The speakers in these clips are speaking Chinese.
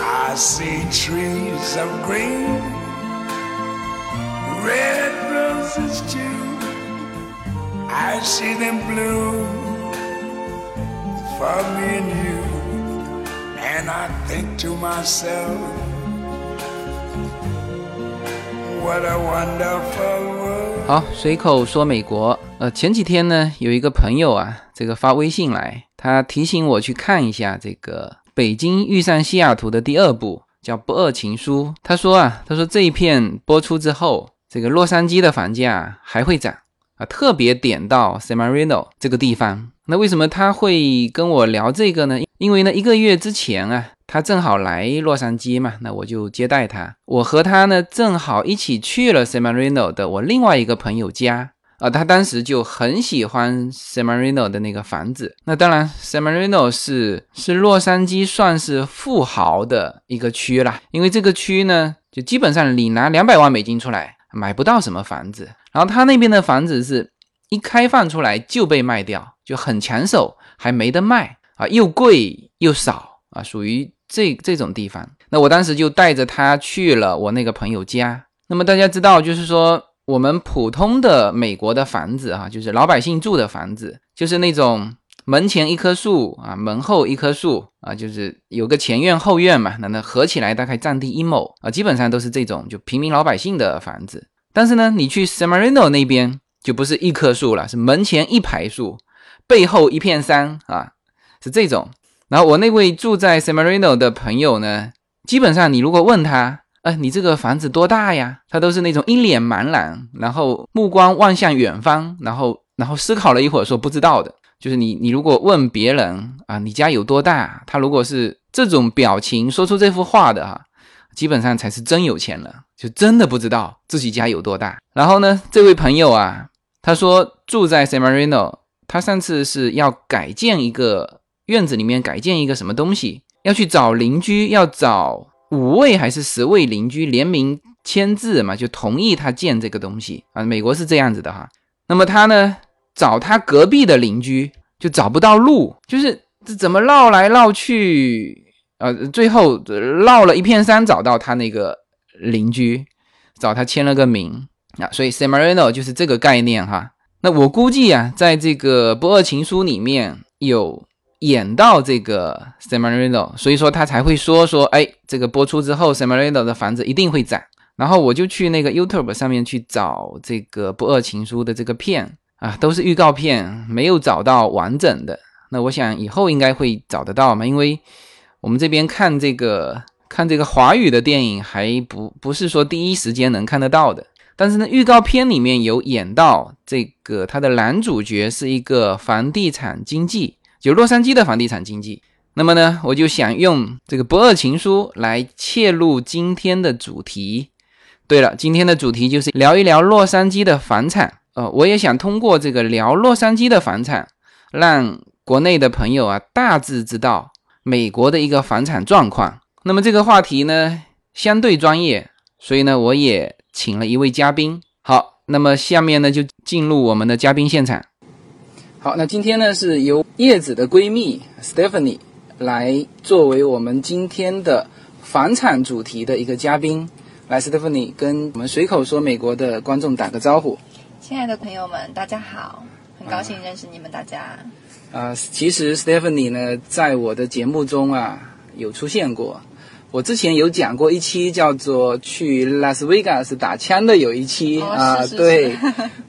I see trees of green, red roses too. I see them bloom for me and you. And I think to myself, what a wonderful world. 好，随口说美国。呃，前几天呢，有一个朋友啊，这个发微信来，他提醒我去看一下这个《北京遇上西雅图》的第二部，叫《不二情书》。他说啊，他说这一片播出之后，这个洛杉矶的房价还会涨啊，特别点到 San Marino 这个地方。那为什么他会跟我聊这个呢？因为呢，一个月之前啊，他正好来洛杉矶嘛，那我就接待他。我和他呢，正好一起去了 San Marino 的我另外一个朋友家。啊，他当时就很喜欢 San Marino 的那个房子。那当然，San Marino 是是洛杉矶算是富豪的一个区啦，因为这个区呢，就基本上你拿两百万美金出来买不到什么房子。然后他那边的房子是一开放出来就被卖掉，就很抢手，还没得卖啊，又贵又少啊，属于这这种地方。那我当时就带着他去了我那个朋友家。那么大家知道，就是说。我们普通的美国的房子啊，就是老百姓住的房子，就是那种门前一棵树啊，门后一棵树啊，就是有个前院后院嘛，那那合起来大概占地一亩啊，基本上都是这种就平民老百姓的房子。但是呢，你去 San Marino 那边就不是一棵树了，是门前一排树，背后一片山啊，是这种。然后我那位住在 San Marino 的朋友呢，基本上你如果问他。呃，你这个房子多大呀？他都是那种一脸茫然，然后目光望向远方，然后然后思考了一会儿说不知道的。就是你你如果问别人啊，你家有多大？他如果是这种表情说出这幅话的哈、啊，基本上才是真有钱人，就真的不知道自己家有多大。然后呢，这位朋友啊，他说住在 San Marino，他上次是要改建一个院子，里面改建一个什么东西，要去找邻居，要找。五位还是十位邻居联名签字嘛，就同意他建这个东西啊。美国是这样子的哈。那么他呢，找他隔壁的邻居就找不到路，就是这怎么绕来绕去，呃，最后绕了一片山找到他那个邻居，找他签了个名啊。所以 San Marino 就是这个概念哈。那我估计啊，在这个《不二情书》里面有。演到这个 San Marino，所以说他才会说说，哎，这个播出之后，San Marino 的房子一定会涨。然后我就去那个 YouTube 上面去找这个《不二情书》的这个片啊，都是预告片，没有找到完整的。那我想以后应该会找得到嘛，因为我们这边看这个看这个华语的电影还不不是说第一时间能看得到的。但是呢，预告片里面有演到这个他的男主角是一个房地产经纪。就洛杉矶的房地产经济，那么呢，我就想用这个不二情书来切入今天的主题。对了，今天的主题就是聊一聊洛杉矶的房产。呃，我也想通过这个聊洛杉矶的房产，呃让国内的朋友啊大致知道美国的一个房产状况。那么这个话题呢相对专业，所以呢我也请了一位嘉宾。好，那么下面呢就进入我们的嘉宾现场。好，那今天呢是由叶子的闺蜜 Stephanie 来作为我们今天的房产主题的一个嘉宾。来，Stephanie 跟我们随口说美国的观众打个招呼。亲爱的朋友们，大家好，很高兴认识你们大家。啊、呃，其实 Stephanie 呢，在我的节目中啊有出现过。我之前有讲过一期叫做去拉斯维加斯打枪的有一期哦啊、是是是对，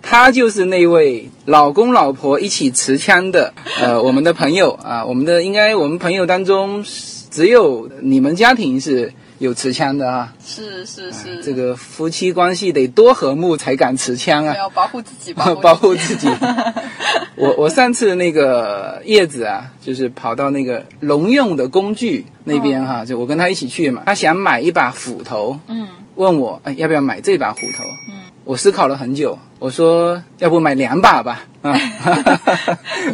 她就是那位老公老婆一起持枪的呃我们的朋友啊、我们的应该我们朋友当中只有你们家庭是有持枪的啊， 是是是，这个夫妻关系得多和睦才敢持枪啊，要保护自 己，保保护护自自己己。 我我上次那个叶子啊，就是跑到那个农用的工具那边哈、就我跟他一起去嘛，他想买一把斧头，嗯，问我、哎、要不要买这把斧头。嗯，我思考了很久，我说要不买两把吧，啊，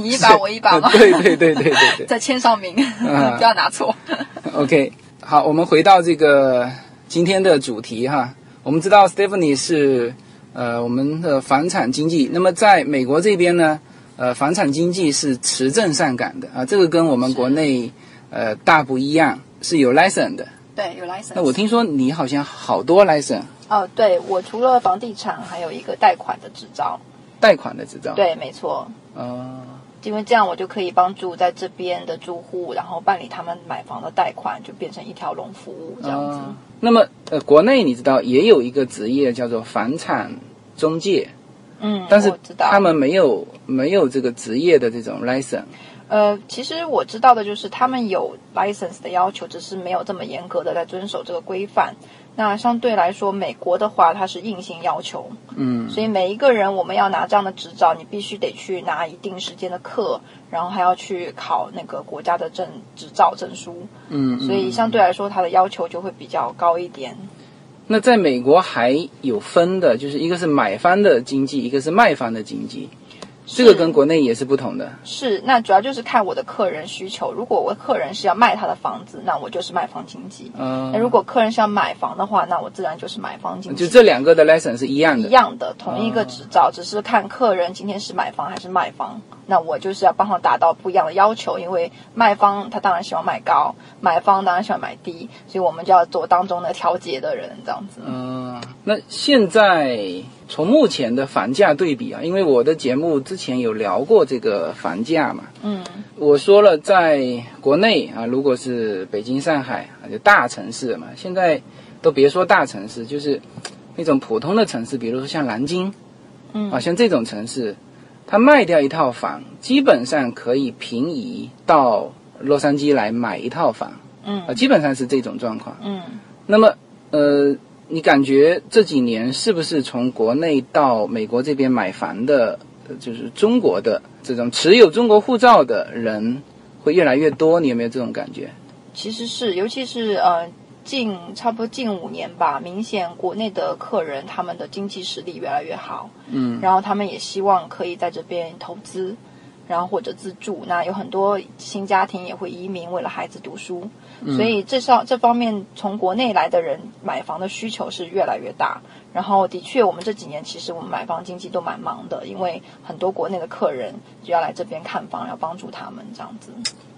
你一把我一把嘛，对对对对对再签上名，嗯 不要拿错。对，OK，好，我们回到这个今天的主题哈，我们知道 Stephanie 是呃我们的房产经济，那么在美国这边呢，呃，房产经济是持证上岗的啊，这个跟我们国内呃大不一样，是有 license 的对，有 license。那我听说你好像好多 license 哦，对我除了房地产，还有一个贷款的执照。贷款的执照，，对，没错，呃，因为这样我就可以帮助在这边的住户，然后办理他们买房的贷款，就变成一条龙服务这样子。呃那么呃，国内你知道也有一个职业叫做房产中介，嗯，但是我知道他们没有没有这个职业的这种 license。呃，其实我知道的就是他们有 license 的要求，只是没有这么严格的在遵守这个规范。那相对来说，美国的话它是硬性要求，嗯，所以每一个人我们要拿这样的执照，你必须得去拿一定时间的课，然后还要去考那个国家的证执照证书，嗯，所以相对来说它的要求就会比较高一点。那在美国还有分的，就是一个是买方的经济，一个是卖方的经济，这个跟国内也是不同的。是，那主要就是看我的客人需求。如果我的客人是要卖他的房子，那我就是卖房经纪。嗯、那如果客人是要买房的话，那我自然就是买房经纪。就这两个的 license 是一样的。嗯一样的同一个执照，只是看客人今天是买房还是卖房。那我就是要帮他达到不一样的要求，因为卖方他当然喜欢买高，买方当然喜欢买低，所以我们就要做当中的调节的人，这样子。嗯、那现在从目前的房价对比啊，因为我的节目之前有聊过这个房价嘛，嗯，我说了，在国内啊，如果是北京、上海啊，就大城市嘛，现在都别说大城市，就是那种普通的城市，比如说像南京，嗯啊，像这种城市，它卖掉一套房，基本上可以平移到洛杉矶来买一套房，啊，嗯基本上是这种状况。嗯，那么，呃，你感觉这几年是不是从国内到美国这边买房的，呃就是中国的这种持有中国护照的人会越来越多？你有没有这种感觉？其实是，尤其是呃。近差不多近五年吧，明显国内的客人他们的经济实力越来越好，嗯然后他们也希望可以在这边投资，然后或者自住。那有很多新家庭也会移民，为了孩子读书，所以这上这方面从国内来的人买房的需求是越来越大。然后的确，我们这几年其实我们买房经济都蛮忙的，因为很多国内的客人就要来这边看房，要帮助他们这样子。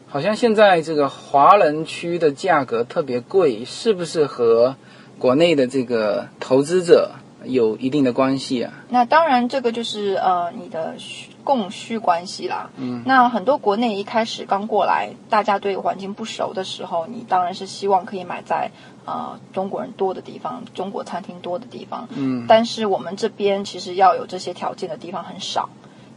好像现在这个华人区的价格特别贵，是不是和国内的这个投资者有一定的关系啊？那当然，这个就是呃你的需供需关系啦。嗯，那很多国内一开始刚过来，大家对环境不熟的时候，你当然是希望可以买在呃中国人多的地方，中国餐厅多的地方。嗯，但是我们这边其实要有这些条件的地方很少，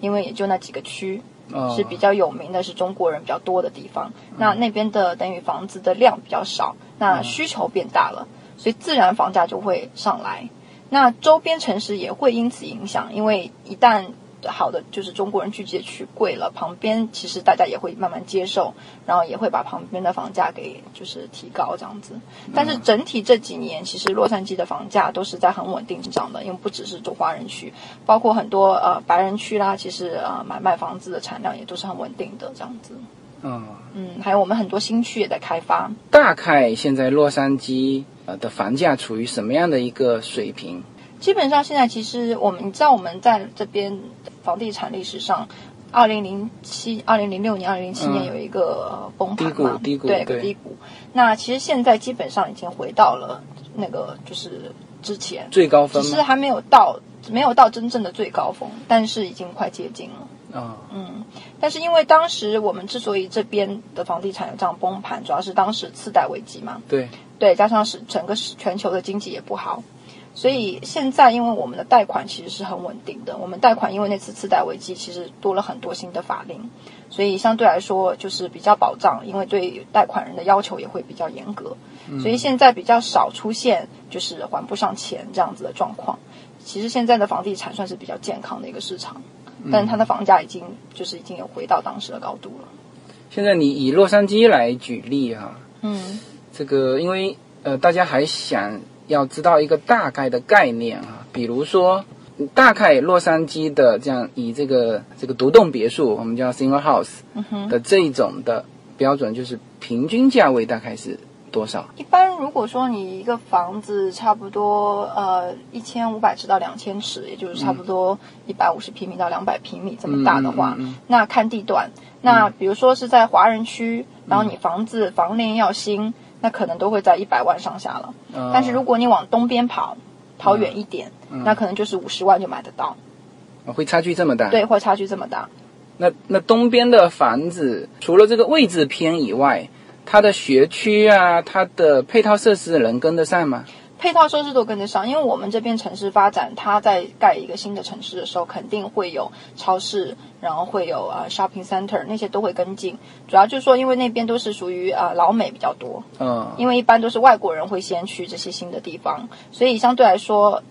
因为也就那几个区。哦是比较有名的，是中国人比较多的地方。那那边的等于房子的量比较少，那需求变大了，所以自然房价就会上来。那周边城市也会因此影响，因为一旦好的就是中国人聚集的区贵了，旁边其实大家也会慢慢接受，然后也会把旁边的房价给就是提高这样子。但嗯是整体这几年，其实洛杉矶的房价都是在很稳定上的，因为不只是中华人区，包括很多呃白人区啦，其实呃买卖房子的产量也都是很稳定的这样子。嗯，嗯，还有我们很多新区也在开发，大概现在洛杉矶呃的房价处于什么样的一个水平？基本上现在其实我们，你知道我们在这边房地产历史上，二零零七、二零零六年、二零零七嗯年有一个呃崩盘低谷嘛，低谷对，有个对低谷。那其实现在基本上已经回到了那个就是之前，最高只分是吗？还没有到没有到真正的最高峰，但是已经快接近了。啊、嗯，但是因为当时我们之所以这边的房地产有这样崩盘，主要是当时次贷危机嘛，对，对，加上是整个是全球的经济也不好，所以现在因为我们的贷款其实是很稳定的，我们贷款因为那次次贷危机其实多了很多新的法令，所以相对来说就是比较保障，因为对贷款人的要求也会比较严格，所以现在比较少出现就是还不上钱这样子的状况。其实现在的房地产算是比较健康的一个市场，但它的房价已经就是已经有回到当时的高度了。现在你以洛杉矶来举例啊哈、嗯这个因为呃大家还想要知道一个大概的概念啊，比如说大概洛杉矶的这样以这个这个独栋别墅，我们叫 single house 嗯哼。的这一种的标准，就是平均价位大概是多少？一般如果说你一个房子差不多呃一千五百尺到两千尺，也就是差不多一百五十平米到两百平米这么大的话，嗯嗯嗯嗯那嗯看地段。那比如说是在华人区，然后你房子房龄要新，那可能都会在一百万上下了。呃但是如果你往东边跑，跑远一点，嗯那可能就是五十万就买得到，呃会差距这么大，对，会差距这么大。那那东边的房子，除了这个位置偏以外，它的学区啊，它的配套设施能跟得上吗？配套设施都跟得上，因为我们这边城市发展，它在盖一个新的城市的时候，肯定会有超市，然后会有呃 shopping center 那些都会跟进。主要就是说，因为那边都是属于呃老美比较多，嗯，因为一般都是外国人会先去这些新的地方，所以相对来说，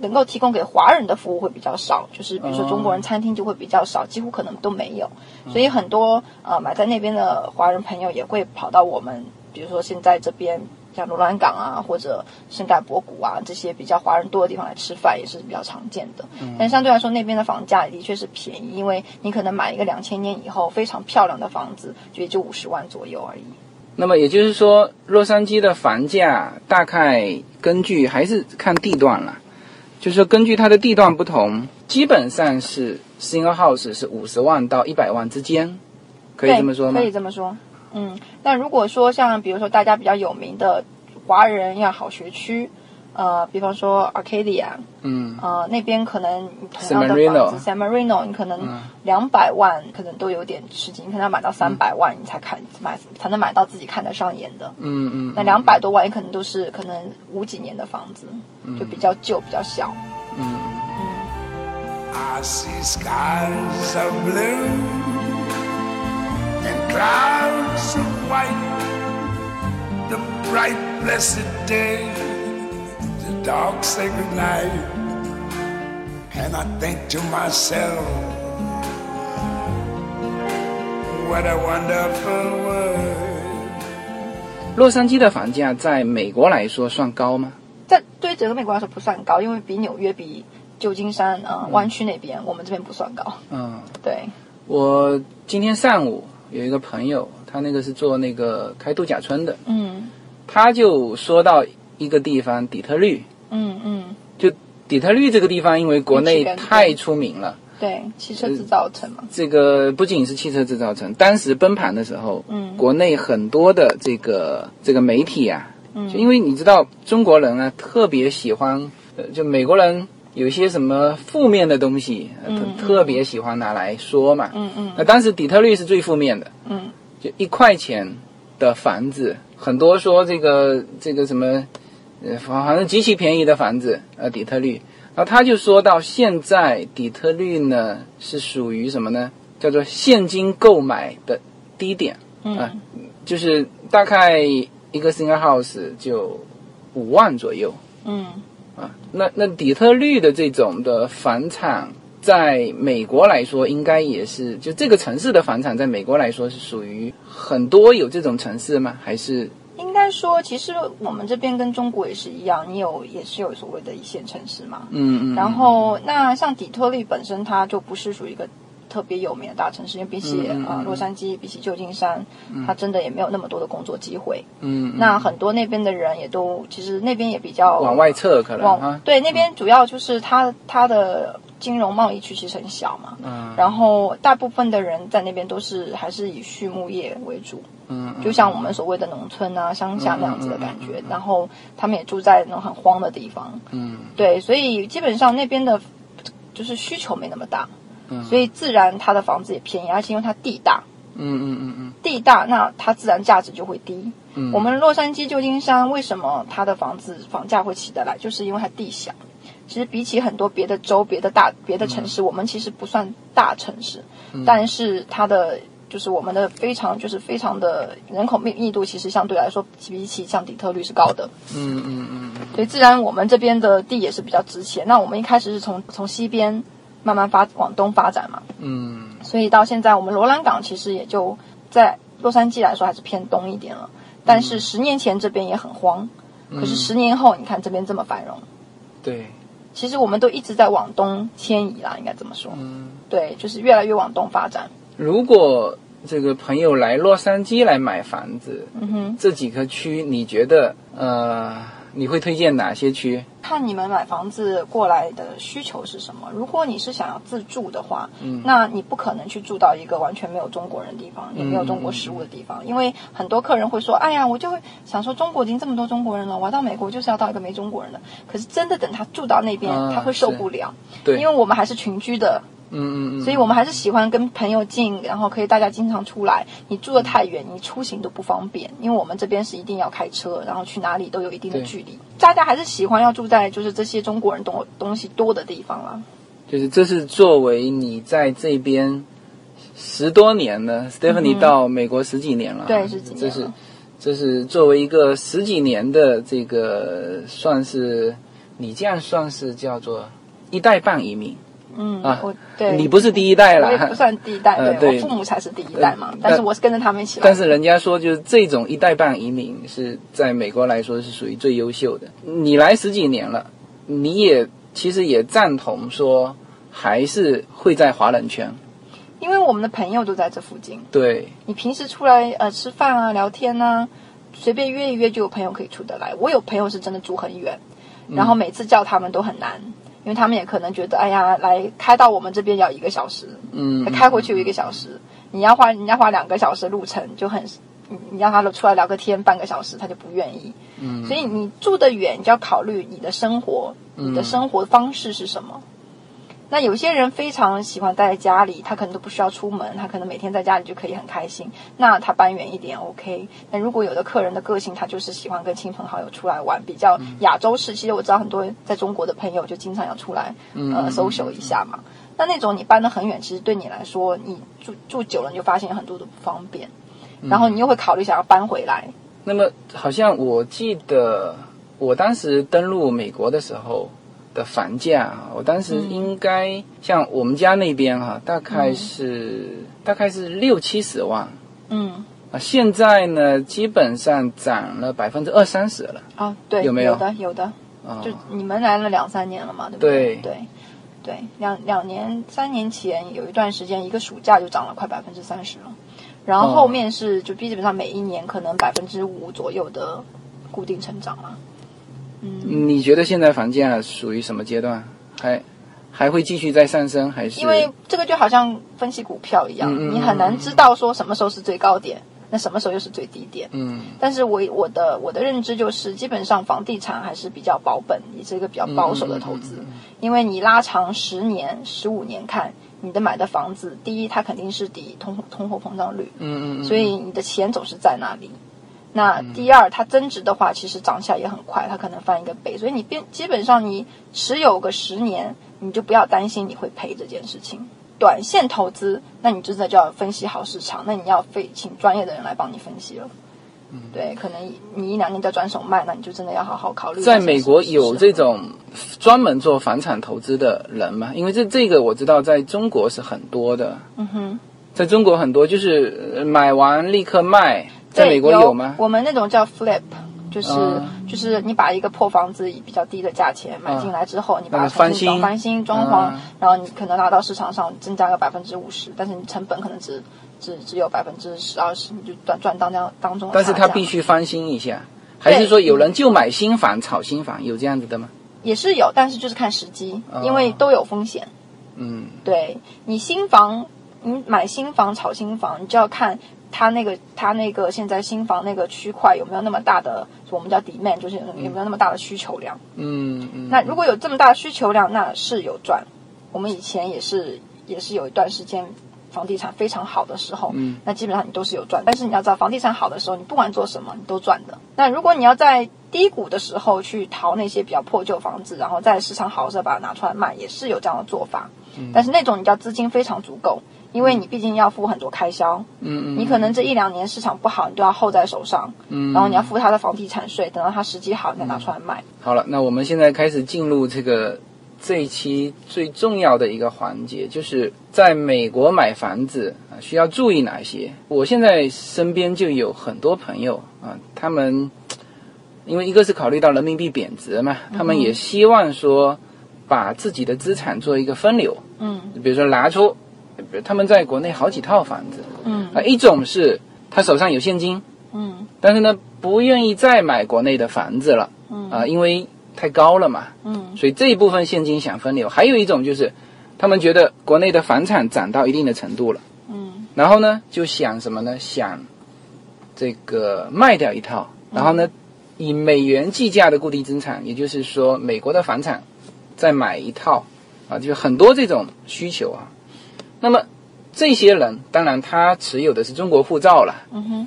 能够提供给华人的服务会比较少，就是比如说中国人餐厅就会比较少，几乎可能都没有。所以很多呃买在那边的华人朋友也会跑到我们，比如说现在这边像罗兰港啊，或者圣盖博谷啊这些比较华人多的地方来吃饭，也是比较常见的。但相对来说，那边的房价的确是便宜，因为你可能买一个两千年以后非常漂亮的房子，就也就五十万左右而已。那么也就是说，洛杉矶的房价大概根据还是看地段了，就是说根据它的地段不同，基本上是 single house 是五十万到一百万之间，可以对，这么说吗可？以这么说。嗯，那如果说像比如说大家比较有名的华人要好学区，呃，比方说 Arcadia，嗯，呃，那边可能你同样的房子 San Marino，你可嗯能两百万可能都有点吃惊，你可能要买到三百万你才看买才能买到自己看得上眼的。嗯嗯，那两百多万也可能都是可能五几年的房子，嗯就比较旧、比较小。 I see skies of blue and clouds of white. The bright, blessed day, the dark, sacred night. And I think to myself, what a wonderful world. 洛杉矶的房价在美国来说算高吗？在对整个美国来说不算高，因为比纽约、比旧金山、呃湾区那边，我们这边不算高。嗯， 对，我今天上午有一个朋友，他那个是做那个开度假村的，嗯他就说到一个地方底特律，嗯嗯，就底特律这个地方，因为国内太出名了，对，汽车制造城嘛，这个不仅是汽车制造城，当时崩盘的时候，嗯国内很多的这个这个媒体啊，嗯就因为你知道中国人啊特别喜欢，呃，就美国人有一些什么负面的东西，呃嗯特特别喜欢拿来说嘛，嗯嗯那当时底特律是最负面的。嗯，就一块钱的房子，很多说这个这个什么，呃，好像极其便宜的房子，呃，底特律。然后他就说到现在底特律呢是属于什么呢？叫做现金购买的低点，嗯啊，就是大概一个 single house 就五万左右嗯，啊。那那底特律的这种的房产。在美国来说，应该也是就这个城市的房产，在美国来说是属于很多有这种城市吗？还是应该说，其实我们这边跟中国也是一样，你有也是有所谓的一线城市嘛。嗯嗯然后，那像底特律本身，它就不是属于一个特别有名的大城市，因为比起嗯嗯嗯啊洛杉矶，比起旧金山，它真的也没有那么多的工作机会。嗯嗯那很多那边的人也都，其实那边也比较往外撤可能往啊，对那边主要就是它它的金融贸易区其实很小嘛，嗯然后大部分的人在那边都是还是以畜牧业为主，嗯就像我们所谓的农村啊、乡下那样子的感觉，然后他们也住在那种很荒的地方，嗯对，所以基本上那边的，就是需求没那么大，嗯所以自然它的房子也便宜，而且因为它地大，嗯嗯嗯嗯地大，那它自然价值就会低。嗯我们洛杉矶、旧金山为什么它的房子房价会起得来，就是因为它地小。其实比起很多别的州、别的大、别的城嗯市，我们其实不算大城市，但是它的就是我们的非常就是非常的人口密密度，其实相对来说比起像底特律是高的，嗯嗯嗯所以自然我们这边的地也是比较值钱。那我们一开始是从从西边慢慢发往东发展嘛，嗯所以到现在，我们罗兰港其实也就在洛杉矶来说还是偏东一点了。但嗯是十年前这边也很荒，可是十年后你看这边这么繁荣，对其实我们都一直在往东迁移啦，应该这么说。嗯，对，就是越来越往东发展。如果这个朋友来洛杉矶来买房子，嗯哼，这几个区你觉得呃你会推荐哪些区？看你们买房子过来的需求是什么。如果你是想要自住的话，嗯那你不可能去住到一个完全没有中国人的地方，也没有中国食物的地方，因为很多客人会说：“哎呀，我就会想说，中国已经这么多中国人了，我要到美国就是要到一个没中国人的。”可是真的等他住到那边，啊他会受不了，对，因为我们还是群居的，嗯嗯嗯，所以我们还是喜欢跟朋友近，然后可以大家经常出来。你住的太远，你出行都不方便，因为我们这边是一定要开车，然后去哪里都有一定的对距离。大家还是喜欢要住在就是这些中国人东东西多的地方啦。就是这是作为你在这边十多年了，Stephanie 到美国十几年了啊，嗯对十几年这了是这是作为一个十几年的这个算是你这样算是叫做一代半移民，嗯，啊我对你不是第一代我也啦不，算第一代，呃对对我父母才是第一代嘛呃，但是我是跟着他们一起来的。但是人家说就是这种一代半移民是在美国来说是属于最优秀的。你来十几年了，你也其实也赞同说还是会在华人圈，因为我们的朋友都在这附近，对，你平时出来呃吃饭啊、聊天啊，随便约一约就有朋友可以出得来。我有朋友是真的住很远，嗯然后每次叫他们都很难，因为他们也可能觉得，哎呀，来开到我们这边要一个小时，嗯，开回去有一个小时，你要花人家花两个小时的路程就很，你你让他出来聊个天半个小时，他就不愿意。嗯，所以你住得远，就要考虑你的生活，你嗯的生活方式是什么。那有些人非常喜欢待在家里，他可能都不需要出门，他可能每天在家里就可以很开心。那他搬远一点 OK。那如果有的客人的个性，他就是喜欢跟亲朋好友出来玩，比较嗯亚洲式。其实我知道很多在中国的朋友就经常要出来嗯呃 social 一下嘛。那那种你搬得很远，其实对你来说，你住住久了你就发现有很多的不方便，嗯然后你又会考虑想要搬回来。那么好像我记得我当时登陆美国的时候的房价啊，我当时应该、像我们家那边哈、啊大概是、大概是六七十万嗯，啊，现在呢基本上涨了百分之二三十了啊，对，嗯有没有有的有的，啊。就你们来了两三年了嘛，对不对？对对对两两年三年前有一段时间，一个暑假就涨了快百分之三十了，然后哦后面是就基本上每一年可能百分之五左右的固定成长嘛。你觉得现在房价属于什么阶段？还还会继续再上升还是？因为这个就好像分析股票一样，嗯嗯嗯你很难知道说什么时候是最高点，那什么时候又是最低点。嗯但是我我的我的认知就是，基本上房地产还是比较保本，也是一个比较保守的投资，因为你拉长十年、十五年看，你的买的房子，第一它肯定是抵通通货膨胀率，嗯嗯嗯所以你的钱总是在那里。那第二，它增值的话，其实涨起来也很快，它可能翻一个倍，所以你变基本上你持有个十年，你就不要担心你会赔这件事情。短线投资，那你真的就要分析好市场，那你要非请专业的人来帮你分析了。嗯对，可能你一两年叫转手卖，那你就真的要好好考虑。在美国有这种专门做房产投资的人吗？因为这这个我知道在中国是很多的，嗯哼，在中国很多就是呃买完立刻卖，在对美国有吗？我们那种叫 flip，就是、嗯就是你把一个破房子以比较低的价钱买进来之后，你把啊它那个翻重新装新翻新装潢，嗯然后你可能拿到市场上增加个百分之五十，但是你成本可能只只只有百分之十二十，你就赚赚当当当中的但是差他价必须翻新一下，还是说有人就买新房炒新房，有这样子的吗？也是有，但是就是看时机，哦因为都有风险。嗯，对你新房，你买新房炒新房，你就要看它那个它那个现在新房那个区块有没有那么大的，我们叫 demand，就是有有没有那么大的需求量。嗯嗯，那如果有这么大的需求量，那是有赚。我们以前也是也是有一段时间房地产非常好的时候，嗯，那基本上你都是有赚。但是你要知道，房地产好的时候，你不管做什么，你都赚的。那如果你要在低谷的时候去淘那些比较破旧房子，然后在市场好的时候把它拿出来卖，也是有这样的做法。嗯但是那种你叫资金非常足够，因为你毕竟要付很多开销，嗯嗯，你可能这一两年市场不好，你都要候在手上，嗯然后你要付他的房地产税，等到他时机好，你再拿出来卖。好了，那我们现在开始进入这个这一期最重要的一个环节，就是在美国买房子啊需要注意哪些？我现在身边就有很多朋友啊，他们因为一个是考虑到人民币贬值嘛，嗯他们也希望说把自己的资产做一个分流，嗯。比如说拿出，比如他们在国内好几套房子，嗯啊，一种是他手上有现金，嗯但是呢不愿意再买国内的房子了，嗯，啊、因为太高了嘛，嗯，所以这一部分现金想分流。还有一种就是，他们觉得国内的房产涨到一定的程度了，嗯，然后呢就想什么呢？想这个卖掉一套，嗯然后呢以美元计价的固定资产，也就是说美国的房产再买一套，啊，就是很多这种需求啊。那么这些人，当然他持有的是中国护照了，嗯哼，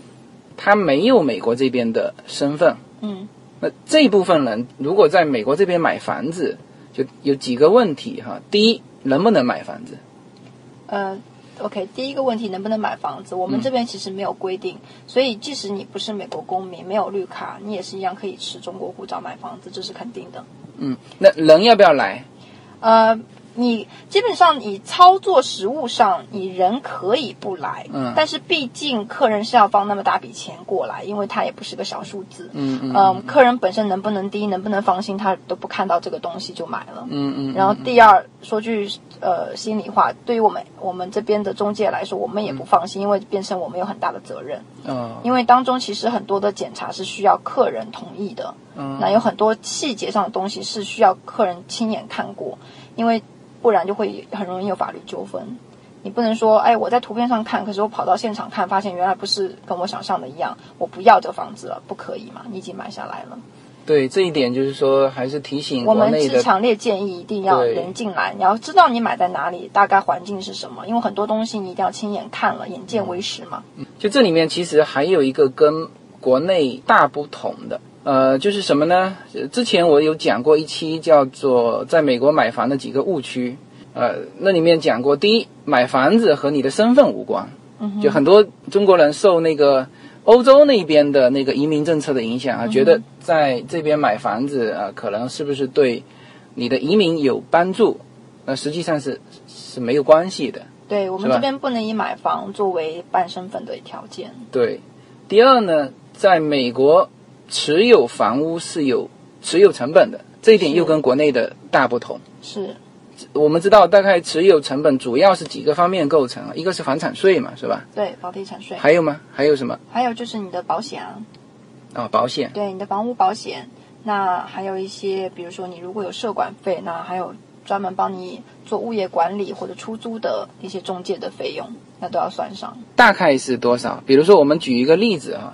他没有美国这边的身份。嗯那这部分人如果在美国这边买房子，就有几个问题哈。第一，能不能买房子？呃，OK，第一个问题能不能买房子？我嗯们这边其实没有规定，所以即使你不是美国公民，没有绿卡，你也是一样可以持中国护照买房子，这是肯定的。嗯，那人要不要来？呃，你基本上你操作实务上，你人可以不来，嗯但是毕竟客人是要放那么大笔钱过来，因为它也不是个小数字，嗯嗯嗯，客人本身能不能第一能不能放心，他都不看到这个东西就买了，嗯嗯。然后第二，说句呃心里话，对于我们我们这边的中介来说，我们嗯也不放心，因为变成我们有很大的责任，哦，因为当中其实很多的检查是需要客人同意的，嗯那有很多细节上的东西是需要客人亲眼看过，因为不然就会很容易有法律纠纷。你不能说，哎，我在图片上看，可是我跑到现场看，发现原来不是跟我想象的一样，我不要这房子了，不可以嘛？你已经买下来了。对这一点就是说，还是提醒我国们内是的强烈建议一定要对人进来，你要知道你买在哪里，大概环境是什么，因为很多东西你一定要亲眼看了，眼见为实嘛。就这里面其实还有一个跟国内大不同的，呃，就是什么呢？呃之前我有讲过一期叫做《在美国买房的几个误区》，呃，那里面讲过，第一，买房子和你的身份无关，就很多中国人受那个。欧洲那边的那个移民政策的影响啊，觉得在这边买房子啊，呃可能是不是对你的移民有帮助？那实际上是是没有关系的。对我是们吧这边不能以买房作为办身份的条件。对，第二呢，在美国持有房屋是有持有成本的，这一点又跟国内的大不同。是，我们知道，大概持有成本主要是几个方面构成啊，一个是房产税嘛，是吧？对房地产税，还有吗？还有什么还有就是你的保险啊，啊、保险。对你的房屋保险，那还有一些，比如说你如果有社管费，那还有专门帮你做物业管理或者出租的一些中介的费用，那都要算上。大概是多少？比如说，我们举一个例子啊，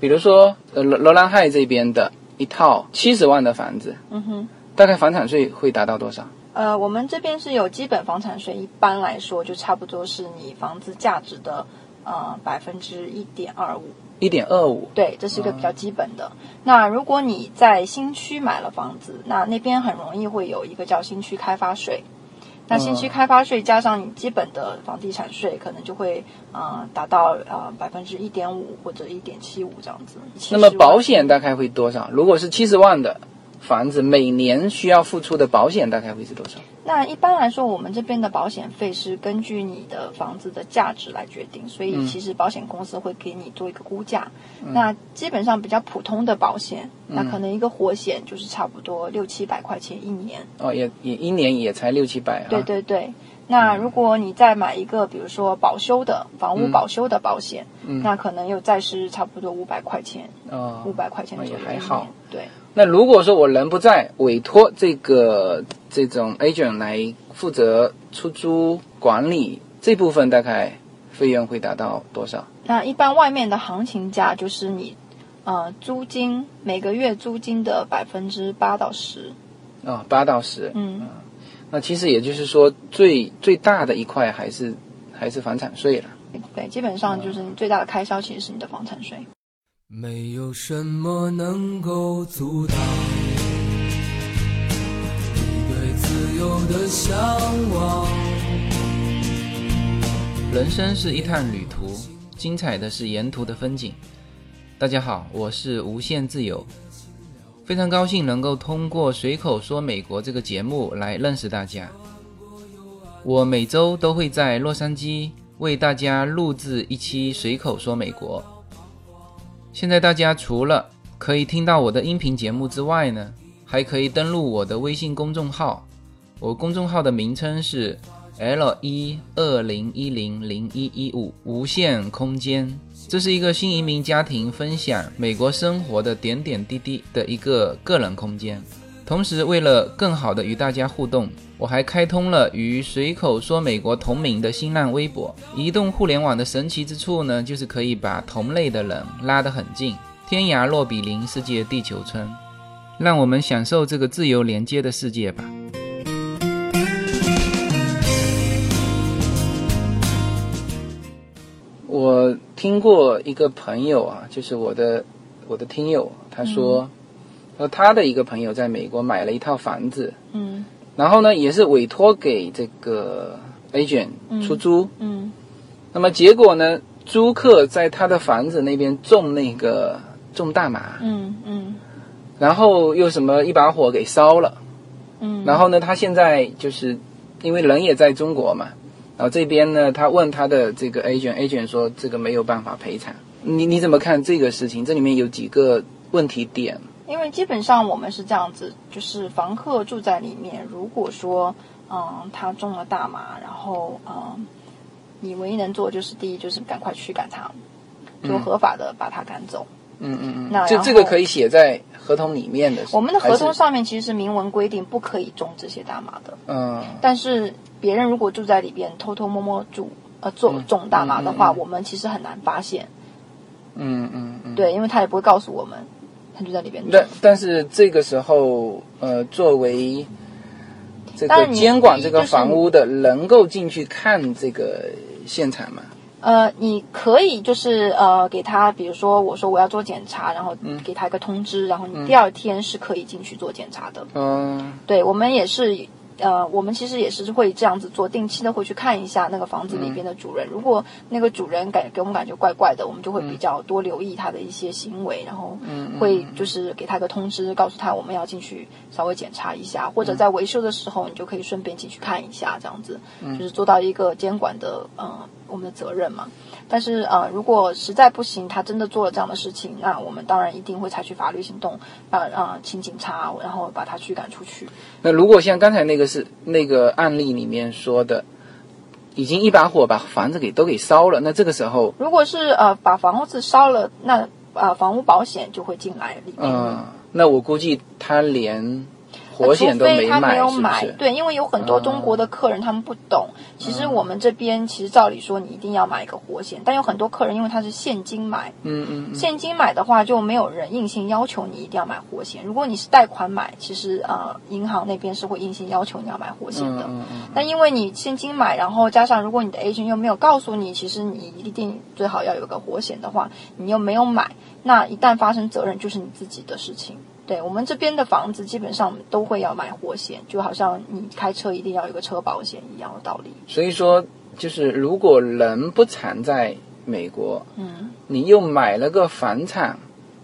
比如说，呃，罗罗兰海这边的一套七十万的房子，嗯哼。大概房产税会达到多少？呃，我们这边是有基本房产税，一般来说就差不多是你房子价值的呃百分之一点二五，一点二五。对，这是一个比嗯较基本的。那如果你在新区买了房子，那那边很容易会有一个叫新区开发税。那新嗯区开发税加上你基本的房地产税，可能就会呃达到呃百分之一点五或者一点七五这样子。那么70万保险大概会多少？如果是七十万的房子，每年需要付出的保险大概会是多少？那一般来说，我们这边的保险费是根据你的房子的价值来决定，嗯所以其实保险公司会给你做一个估价。那基本上比较普通的保险，那嗯可能一个活险就是差不多六七百块钱一年。哦，也也一年也才六七百啊。对对对。嗯那如果你再买一个，比如说保修的房屋保修的保险，嗯那可能又再是差不多五百块钱，五哦，百块钱左右那一也还年。好对，那如果说我人不在，委托这个这种 agent 来负责出租管理这部分，大概费用会达到多少？那一般外面的行情价就是你，呃，租金每个月租金的百分之八到十。啊、八到十。嗯，那其实也就是说最，最大的一块还是还是房产税了。嗯对，基本上就是你最大的开销其实是你的房产税。没有什么能够阻挡你对自由的向往。人生是一趟旅途，精彩的是沿途的风景。大家好，我是无限自由，非常高兴能够通过《随口说美国》这个节目来认识大家。我每周都会在洛杉矶为大家录制一期《随口说美国》。现在大家除了可以听到我的音频节目之外呢，还可以登录我的微信公众号，我公众号的名称是 L 一二零一零零一一五无限空间，这是一个新移民家庭分享美国生活的点点滴滴的一个个人空间。同时，为了更好的与大家互动，我还开通了与“随口说美国”同名的新浪微博。移动互联网的神奇之处呢，就是可以把同类的人拉得很近，天涯若比邻，世界地球村。让我们享受这个自由连接的世界吧。我听过一个朋友啊，就是我的我的听友，他说，呃，他的一个朋友在美国买了一套房子，嗯然后呢，也是委托给这个 agent 出租，嗯那么结果呢，租客在他的房子那边种那个种大麻，嗯嗯然后又什么一把火给烧了。嗯，然后呢，他现在就是因为人也在中国嘛，然后这边呢，他问他的这个 agent，agent 说这个没有办法赔偿。你你怎么看这个事情？这里面有几个问题点？因为基本上我们是这样子，就是房客住在里面，如果说嗯他中了大麻，然后嗯你唯一能做就是第一就是赶快驱赶他，就合法的把他赶走。嗯嗯嗯，那这然后这个可以写在合同里面的。我们的合同还是，上面其实是明文规定不可以种这些大麻的，嗯但是别人如果住在里边偷偷摸摸住呃做嗯种大麻的话，嗯嗯嗯我们其实很难发现，嗯嗯嗯，。对，因为他也不会告诉我们，他就在里边种但。但是这个时候，呃，作为呃这当个然你监管这就个是房屋的，能够进去看这个现场吗？呃，你可以就是呃，给他，比如说我说我要做检查，然后嗯给他一个通知，然后你第二天是可以进去做检查的。嗯对我们也是，呃，我们其实也是会这样子做，定期的会去看一下那个房子里边的主人。如果那个主人感给我们感觉怪怪的，我们就会比较多留意他的一些行为，然后会就是给他个通知，告诉他我们要进去稍微检查一下，或者在维修的时候，你就可以顺便进去看一下，这样子就是做到一个监管的，呃，我们的责任嘛。但是呃，如果实在不行，他真的做了这样的事情，那我们当然一定会采取法律行动，啊、啊、请警察，然后把他驱赶出去。那如果像刚才那个是那个案例里面说的，已经一把火把房子给都给烧了，那这个时候，如果是呃把房子烧了，那呃房屋保险就会进来里面，嗯、那我估计他连火险都呃除非他买，没有是不买，是？嗯对，因为有很多中国的客人他们不懂，其实我们这边其实照理说你一定要买一个活险，但有很多客人因为他是现金买，嗯嗯现金买的话就没有人硬性要求你一定要买活险，如果你是贷款买，其实呃银行那边是会硬性要求你要买活险嗯的，嗯嗯，那因为你现金买，然后加上如果你的 agent 又没有告诉你，其实你一定最好要有个活险的话，你又没有买，那一旦发生责任就是你自己的事情。对我们这边的房子，基本上都会要买活险，就好像你开车一定要有个车保险一样的道理。所以说就是如果人不常在美国，嗯，你又买了个房产，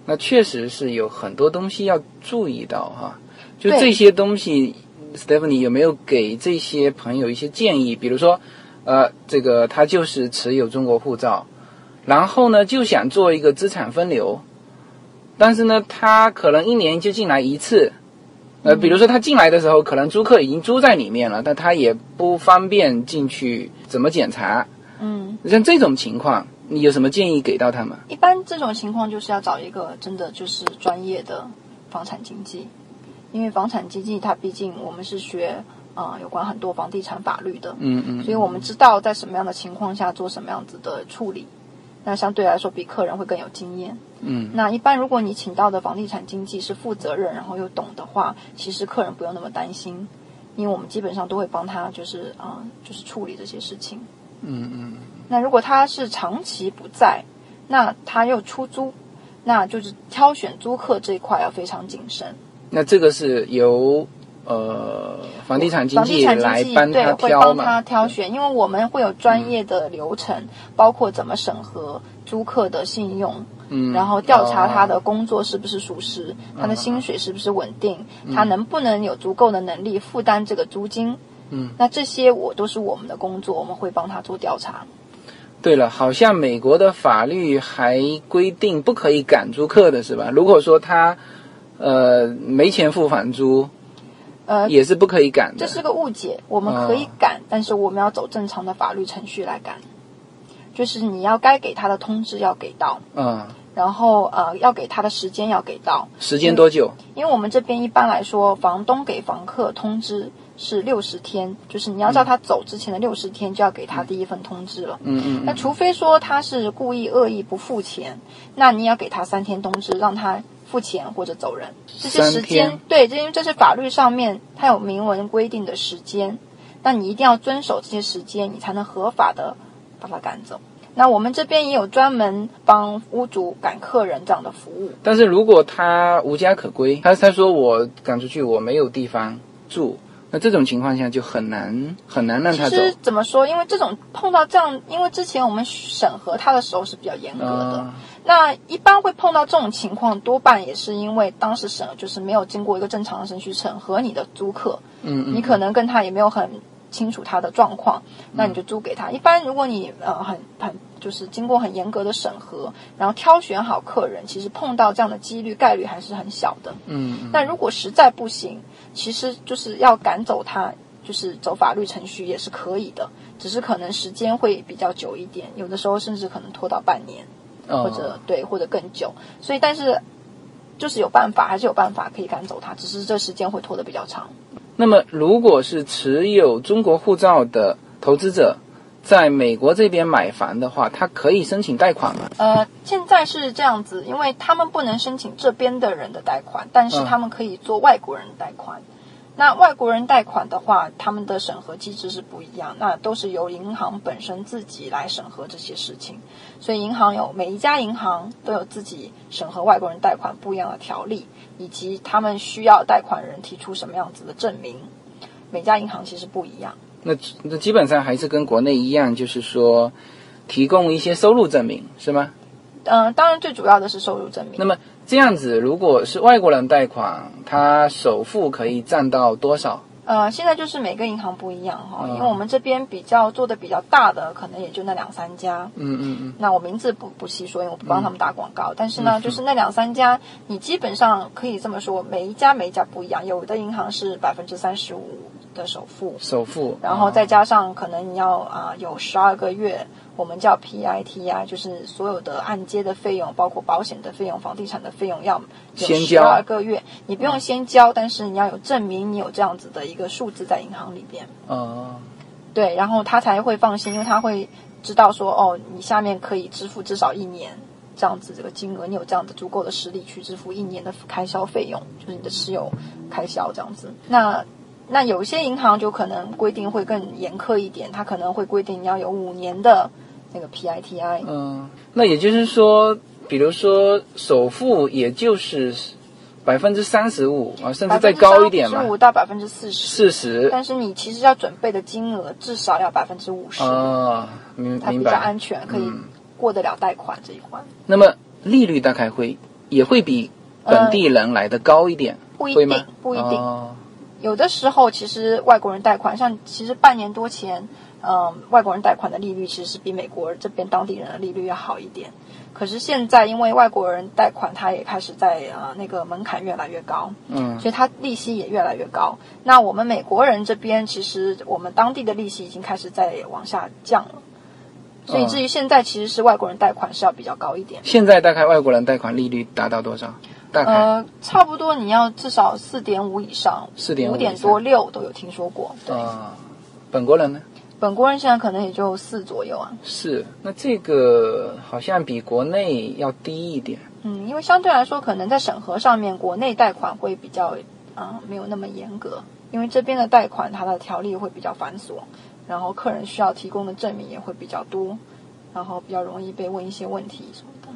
那确实是有很多东西要注意到哈。就对这些东西，Stephanie 有没有给这些朋友一些建议？比如说，呃，这个他就是持有中国护照，然后呢就想做一个资产分流，但是呢他可能一年就进来一次。呃，嗯比如说他进来的时候，可能租客已经租在里面了，但他也不方便进去怎么检查。嗯，像这种情况，你有什么建议给到他们？一般这种情况就是要找一个真的就是专业的房产经纪，因为房产经纪它毕竟我们是学呃有关很多房地产法律的，嗯嗯。所以我们知道在什么样的情况下做什么样子的处理，那相对来说比客人会更有经验。嗯，那一般如果你请到的房地产经纪是负责任，然后又懂的话，其实客人不用那么担心，因为我们基本上都会帮他就是啊、呃就是处理这些事情。嗯嗯那如果他是长期不在，那他又出租，那就是挑选租客这一块要非常谨慎。那这个是由呃房地产经房地纪产来经纪帮对他会挑帮他嘛？挑选，因为我们会有专业的流程，包括怎么审核租客的信用，嗯，然后调查他哦嗯的工作是不是属实，他的薪水是不是稳定，他能不能有足够的能力负担这个租金。嗯，那这些我都是我们的工作，我们会帮他做调查。对了，好像美国的法律还规定不可以赶租客的是吧？如果说他呃没钱付房租，呃，也是哦不可以赶的。这是个误解，我们可以赶，但是我们要走正常的法律程序来赶，就是你要该给他的通知要给到，嗯，然后呃要给他的时间要给到，时间多久？因为我们这边一般来说，房东给房客通知是六十天，就是你要叫他走之前的六十天就要给他第一份通知了。嗯嗯那除非说他是故意恶意不付钱，那你也要给他三天通知，让他付钱或者走人。这是时三天间，对，这因为这是法律上面它有明文规定的时间，那你一定要遵守这些时间，你才能合法的把他赶走。那我们这边也有专门帮屋主赶客人这样的服务。但是如果他无家可归，他他说我赶出去，我没有地方住，那这种情况下就很难很难让他其走。实怎么说？因为这种碰到这样，因为之前我们审核他的时候是比较严格的。嗯那一般会碰到这种情况，多半也是因为当时审核就是没有经过一个正常的程序审核你的租客，嗯嗯，你可能跟他也没有很清楚他的状况，那你就租给他。一般如果你呃很很就是经过很严格的审核，然后挑选好客人，其实碰到这样的几率概率还是很小的。嗯嗯但如果实在不行，其实就是要赶走他，就是走法律程序也是可以的，只是可能时间会比较久一点，有的时候甚至可能拖到半年或者、哦对或者更久。所以，但是就是有办法，还是有办法可以赶走他，只是这时间会拖得比较长。那么如果是持有中国护照的投资者。在美国这边买房的话，他可以申请贷款吗？呃，现在是这样子，因为他们不能申请这边的人的贷款，但是嗯他们可以做外国人的贷款。那外国人贷款的话，他们的审核机制是不一样，那都是由银行本身自己来审核这些事情。所以银行有每一家银行都有自己审核外国人贷款不一样的条例，以及他们需要贷款人提出什么样子的证明。每家银行其实不一样。那那基本上还是跟国内一样，就是说，提供一些收入证明，是吗？嗯、当然最主要的是收入证明那。么这样子，如果是外国人贷款，他首付可以占到多少？呃，现在就是每个银行不一样哈、嗯因为我们这边比较做的比较大的，可能也就那两三家。嗯嗯嗯。那我名字不不细说，因为我不帮他们打广告。但是呢，就是那两三家，你基本上可以这么说，每一家每一家不一样。有的银行是百分之三十五的首付，首付，然后哦再加上可能你要啊、有十二个月，我们叫 PIT 啊，就是所有的按揭的费用，包括保险的费用、房地产的费用要有先十交二个月。你不用先交，但是你要有证明你有这样子的一个数字在银行里边，哦，对，然后他才会放心，因为他会知道说哦，你下面可以支付至少一年。这样子这个金额，你有这样的足够的实力去支付一年的开销费用，就是你的持有开销这样子。那那有一些银行就可能规定会更严苛一点，它可能会规定你要有五年的那个 PITI，嗯，那也就是说，比如说首付也就是百分之三十五啊，甚至再高一点嘛十，五到百分之四十，四十。但是你其实要准备的金额至少要百分之五十，哦，明它明比较白。嗯安全，可以过得了贷款这一关。那么利率大概会也会比本地人来的高一点，不一会吗定？，呃不一定。哦有的时候，其实外国人贷款，像其实半年多前，嗯、外国人贷款的利率其实是比美国这边当地人的利率要好一点。可是现在，因为外国人贷款，它也开始在呃那个门槛越来越高，嗯所以它利息也越来越高。那我们美国人这边，其实我们当地的利息已经开始在往下降了。所以嗯至于现在，其实是外国人贷款是要比较高一点。现在大概外国人贷款利率达到多少？大概呃，差不多你要至少四点五以上， 4.5五点以上多六都有听说过。对，啊，本国人呢？本国人现在可能也就四左右啊。是，那这个好像比国内要低一点。嗯，因为相对来说，可能在审核上面，国内贷款会比较啊、没有那么严格，因为这边的贷款它的条例会比较繁琐，然后客人需要提供的证明也会比较多，然后比较容易被问一些问题什么的。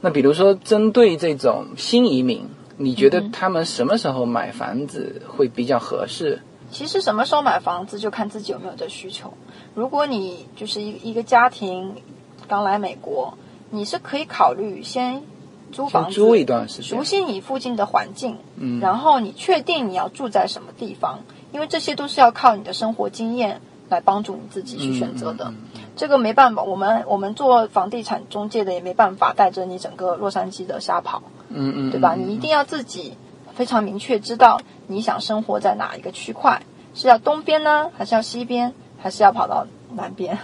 那比如说，针对这种新移民，你觉得嗯他们什么时候买房子会比较合适？其实什么时候买房子就看自己有没有这需求。如果你就是一一个家庭刚来美国，你是可以考虑先租房先子，租一段时间熟。悉你附近的环境，嗯，然后你确定你要住在什么地方，因为这些都是要靠你的生活经验来帮助你自己去选择嗯的。这个没办法，我们我们做房地产中介的也没办法带着你整个洛杉矶的瞎跑，嗯嗯，对吧？嗯你一定要自己非常明确知道你想生活在哪一个区块，是要东边呢，还是要西边，还是要跑到南边，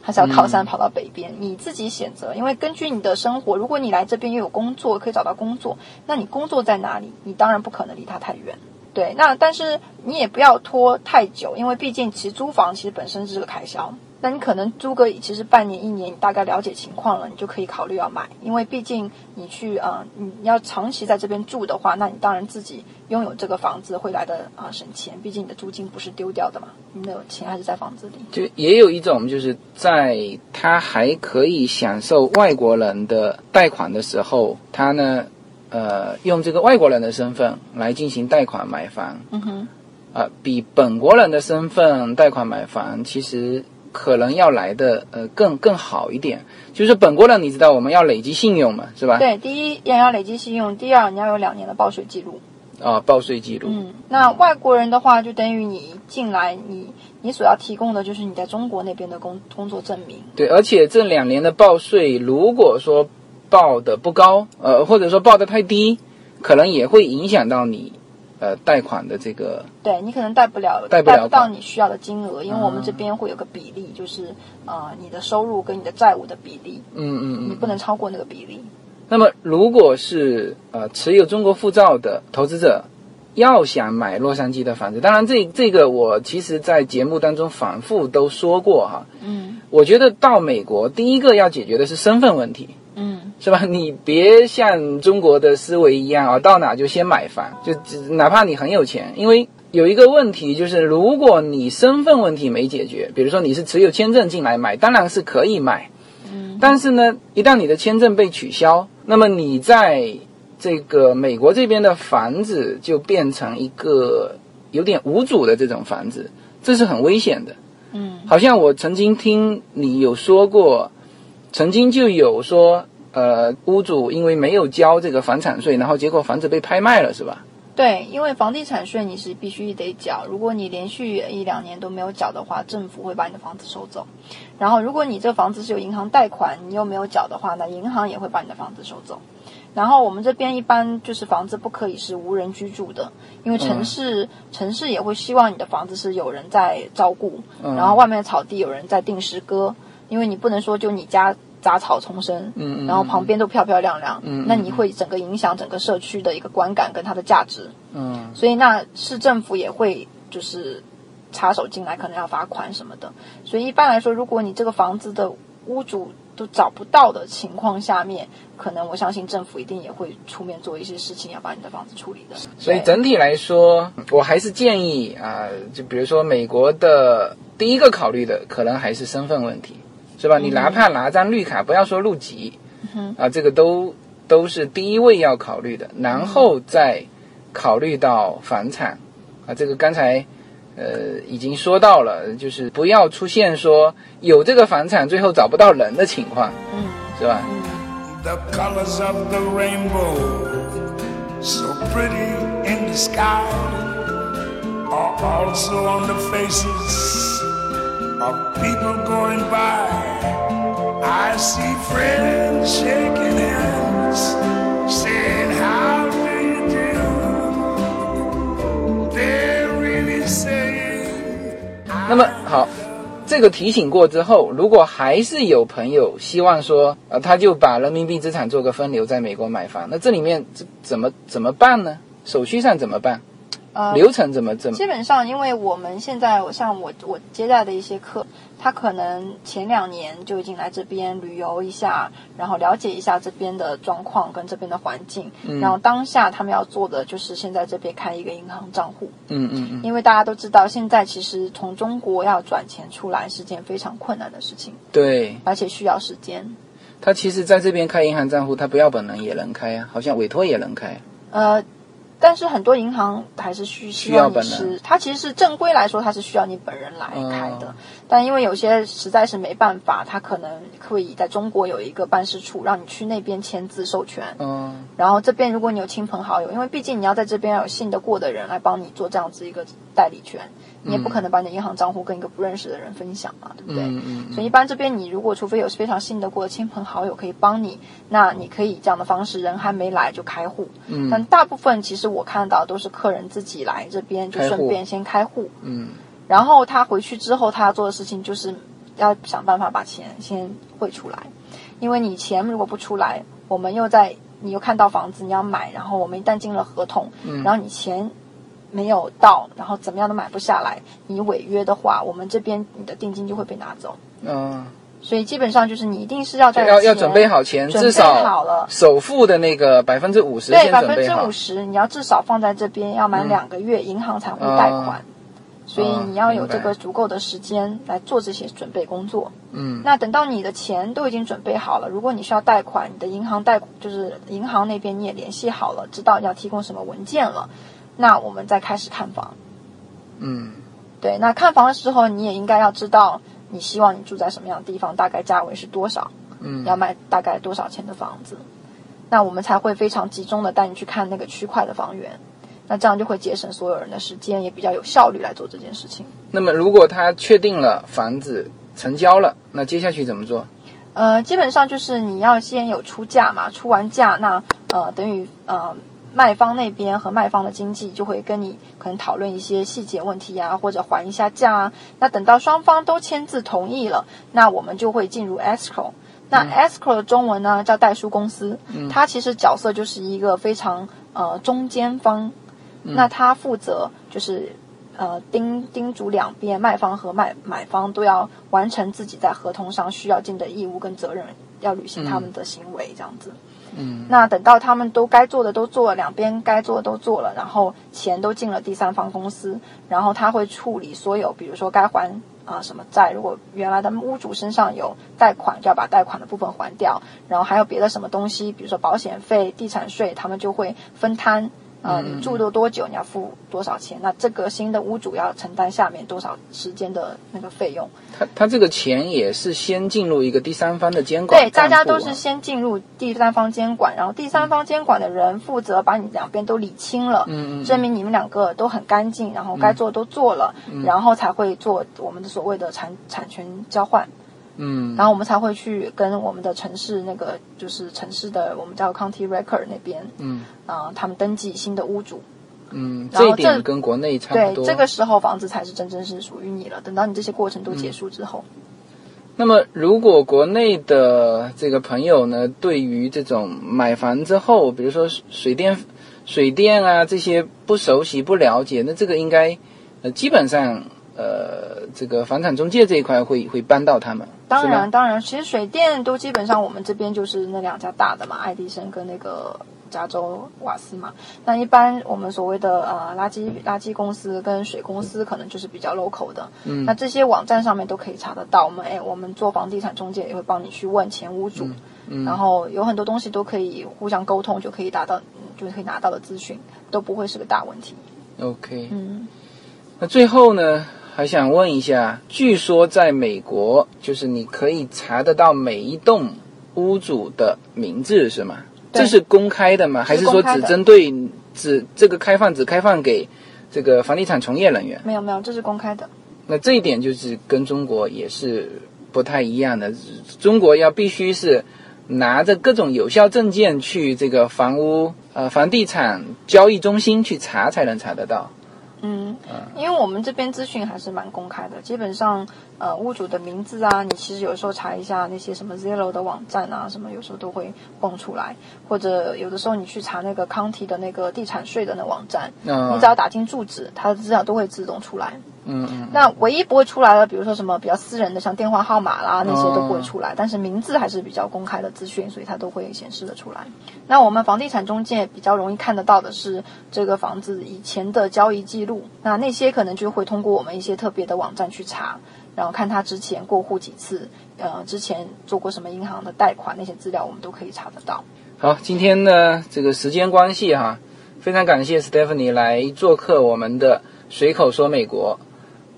还是要嗯靠山跑到北边？你自己选择，因为根据你的生活，如果你来这边又有工作，可以找到工作，那你工作在哪里？你当然不可能离它太远。对，那但是你也不要拖太久，因为毕竟其实租房其实本身是个开销。那你可能租个其实半年一年，你大概了解情况了，你就可以考虑要买，因为毕竟你去呃你你要长期在这边住的话，那你当然自己拥有这个房子会来的啊、呃省钱，毕竟你的租金不是丢掉的嘛，你的钱还是在房子里。就也有一种，就是在他还可以享受外国人的贷款的时候，他呢，呃，用这个外国人的身份来进行贷款买房，嗯哼，啊，比本国人的身份贷款买房，其实可能要来的呃更更好一点。就是本国人，你知道我们要累积信用嘛，是吧？对，第一也要累积信用，第二你要有两年的报税记录。啊，报税记录。嗯，那外国人的话，就等于你一进来，你你所要提供的就是你在中国那边的工工作证明。对，而且这两年的报税，如果说报的不高，呃，或者说报的太低，可能也会影响到你呃贷款的这个对你可能贷不了，贷不了款嗯到你需要的金额，因为我们这边会有个比例，就是呃你的收入跟你的债务的比例，嗯嗯你嗯。不能超过那个比例。那么，如果是呃持有中国护照的投资者，要想买洛杉矶的房子，当然这这个我其实在节目当中反复都说过哈。嗯我觉得到美国第一个要解决的是身份问题。嗯，是吧？ 你别像中国的思维一样啊，到哪就先买房，就只哪怕你很有钱，因为有一个问题就是，如果你身份问题没解决，比如说你是持有签证进来买，当然是可以买，嗯，但是呢，一旦你的签证被取消，那么你在这个美国这边的房子就变成一个有点无主的这种房子，这是很危险的。嗯好像我曾经听你有说过，曾经就有说，呃，屋主因为没有交这个房产税，然后结果房子被拍卖了，是吧？对，因为房地产税你是必须得缴，如果你连续一两年都没有缴的话，政府会把你的房子收走。然后，如果你这房子是有银行贷款，你又没有缴的话，那银行也会把你的房子收走。然后我们这边一般就是房子不可以是无人居住的，因为城市、城市也会希望你的房子是有人在照顾，嗯然后外面的草地有人在定时割，因为你不能说就你家杂草丛生，嗯嗯然后旁边都漂漂亮亮，嗯嗯那你会整个影响整个社区的一个观感跟它的价值，嗯所以那市政府也会就是插手进来，可能要罚款什么的。所以一般来说，如果你这个房子的屋主都找不到的情况下面，可能我相信政府一定也会出面做一些事情，要把你的房子处理的。所以对整体来说，我还是建议啊、就比如说美国的第一个考虑的可能还是身份问题，是吧？你哪怕拿张绿卡，不要说入籍，嗯哼啊，这个都都是第一位要考虑的，然后再考虑到房产，啊，这个刚才。呃，已经说到了，就是不要出现说有这个房产最后找不到人的情况，嗯是吧？ The colors of the rainbow, so pretty in the sky, are also on the faces of people going by. I see friends shaking hands, saying, How do you do? They're really saying, 那么好，这个提醒过之后，如果还是有朋友希望说，呃，他就把人民币资产做个分流，在美国买房，那这里面这怎么怎么办呢？手续上怎么办？呃，流程怎么怎么？基本上，因为我们现在，我像我我接待的一些客，他可能前两年就已经来这边旅游一下，然后了解一下这边的状况跟这边的环境，然后当下他们要做的就是现在这边开一个银行账户，嗯嗯嗯，因为大家都知道，现在其实从中国要转钱出来是件非常困难的事情，对而且需要时间。他其实在这边开银行账户，他不要本人也能开啊，好像委托也能开。呃，但是很多银行还是需希望需你要本是，它其实是正规来说，它是需要你本人来开的。嗯但因为有些实在是没办法，它可能会在中国有一个办事处，让你去那边签字授权。嗯，然后这边如果你有亲朋好友，因为毕竟你要在这边要有信得过的人来帮你做这样子一个代理权，你也不可能把你的银行账户跟一个不认识的人分享嘛，对不对？嗯嗯所以一般这边你如果除非有非常信得过的亲朋好友可以帮你，那你可以这样的方式，人还没来就开户。嗯但大部分其实我看到都是客人自己来这边就开户顺便先开户，嗯然后他回去之后他要做的事情就是要想办法把钱先汇出来，因为你钱如果不出来，我们又在你又看到房子你要买，然后我们一旦进了合同，嗯然后你钱没有到，然后怎么样都买不下来，你违约的话，我们这边你的定金就会被拿走。嗯，所以基本上就是你一定是要在要要前准备好钱，准至备少好了。首付的那个百分之五十对，先百准分备之好五。十你要至少放在这边，要满嗯啊两个月，银行才会贷款。所以你要有这明白个足够的时间来做这些准备工作。嗯那等到你的钱都已经准备好了，如果你需要贷款，你的银行贷就是银行那边你也联系好了，知道要提供什么文件了，那我们再开始看房。嗯对，那看房的时候你也应该要知道你希望你住在什么样的地方，大概价位是多少。嗯要卖大概多少钱的房子，那我们才会非常集中的带你去看那个区块的房源，那这样就会节省所有人的时间，也比较有效率来做这件事情。那么如果他确定了房子成交了，那接下去怎么做？呃，基本上就是你要先有出价嘛，出完价，那呃等于呃卖方那边和卖方的经纪就会跟你可能讨论一些细节问题啊，或者还一下价啊。那等到双方都签字同意了，那我们就会进入 escrow。那 escrow 的中文呢叫代书公司，它其实角色就是一个非常呃中间方，那它负责就是呃叮叮嘱两边卖方和卖买方都要完成自己在合同上需要尽的义务跟责任，要履行他们的行为、这样子。嗯那等到他们都该做的都做了，两边该做的都做了，然后钱都进了第三方公司，然后他会处理所有，比如说该还啊、什么债，如果原来的屋主身上有贷款，就要把贷款的部分还掉，然后还有别的什么东西，比如说保险费、地产税，他们就会分摊。啊、嗯嗯你住了多久，你要付多少钱？那这个新的屋主要承担下面多少时间的那个费用？他他这个钱也是先进入一个第三方的监管对，大家都账户是啊先进入第三方监管，然后第三方监管的人负责把你两边都理清了，嗯嗯嗯证明你们两个都很干净，然后该做都做了，嗯然后才会做我们的所谓的产产权交换，嗯然后我们才会去跟我们的城市那个就是城市的我们叫 county record 那边，嗯啊、他们登记新的屋主，嗯，然这一后点这跟国内差对不，多。这个时候房子才是真正是属于你了。等到你这些过程都结束之后，那么，如果国内的这个朋友呢，对于这种买房之后，比如说水电、水电啊这些不熟悉、不了解，那这个应该呃基本上呃这个房产中介这一块会会帮到他们。当是然，吧，当然，其实水电都基本上我们这边就是那两家大的嘛，爱迪生跟那个加州瓦斯嘛。那一般我们所谓的呃垃圾垃圾公司跟水公司，可能就是比较 local 的。嗯那这些网站上面都可以查得到。我们哎，我们做房地产中介也会帮你去问前屋主，嗯然后有很多东西都可以互相沟通，就可以达到，嗯就可以拿到的资讯都不会是个大问题。 OK，嗯。那最后呢，还想问一下，据说在美国，就是你可以查得到每一栋屋主的名字，是吗？对这是公开的吗？还是说公开只的针对只这个开放只开放给这个房地产从业人员？没有没有，这是公开的。那这一点就是跟中国也是不太一样的，中国要必须是拿着各种有效证件去这个房屋呃房地产交易中心去查才能查得到。嗯，因为我们这边资讯还是蛮公开的，基本上呃屋主的名字啊，你其实有时候查一下那些什么 Zillow 的网站啊，什么有时候都会蹦出来，或者有的时候你去查那个 county 的那个地产税的那网站，嗯你只要打进住址，它的资料都会自动出来。嗯嗯那唯一不会出来的，比如说什么比较私人的，像电话号码啦那些都不哦会出来，但是名字还是比较公开的资讯，所以它都会显示的出来。那我们房地产中介比较容易看得到的是这个房子以前的交易记录，那那些可能就会通过我们一些特别的网站去查，然后看他之前过户几次，呃，之前做过什么银行的贷款那些资料，我们都可以查得到。好，今天呢，这个时间关系哈，非常感谢 Stephanie 来做客我们的随口说美国。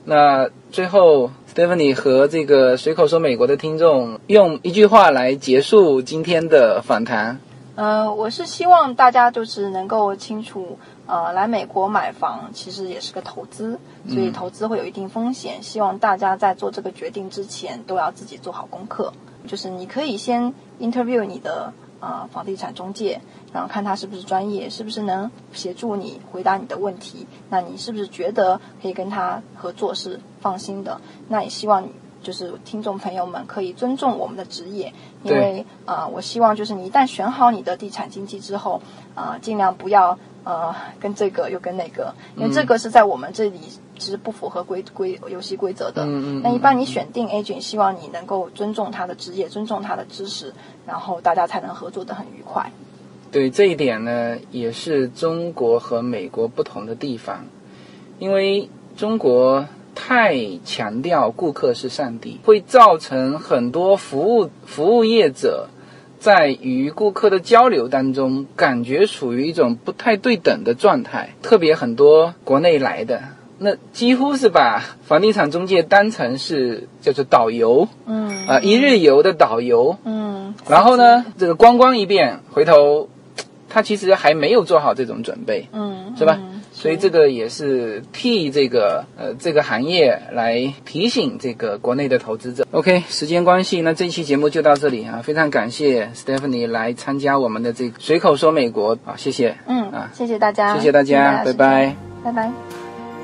那最后，Stephanie 和这个随口说美国的听众用一句话来结束今天的访谈。呃，我是希望大家就是能够清楚，呃，来美国买房其实也是个投资，所以投资会有一定风险。希望大家在做这个决定之前都要自己做好功课，就是你可以先 interview 你的呃房地产中介，然后看他是不是专业，是不是能协助你回答你的问题。那你是不是觉得可以跟他合作是放心的？那也希望你就是听众朋友们可以尊重我们的职业，因对为啊、呃我希望就是你一旦选好你的地产经纪之后，啊、尽量不要呃跟这个又跟那个，因嗯为这个是在我们这里其实不符合规规游戏规则的。嗯嗯嗯那一般你选定 agent，希望你能够尊重他的职业，尊重他的知识，然后大家才能合作的很愉快。对这一点呢，也是中国和美国不同的地方，因为中国太强调顾客是上帝，会造成很多服务服务业者在与顾客的交流当中，感觉处于一种不太对等的状态。特别很多国内来的，那几乎是把房地产中介当成是叫做导游嗯啊、一日游的导游，嗯，然后呢，这个观光一遍，回头他其实还没有做好这种准备，嗯，是吧嗯所以这个也是替这个呃这个行业来提醒这个国内的投资者。OK，时间关系，那这期节目就到这里啊，非常感谢 Stephanie 来参加我们的这个随口说美国啊，谢谢，嗯啊，谢谢大家，谢谢大家，拜谢谢拜。，拜拜。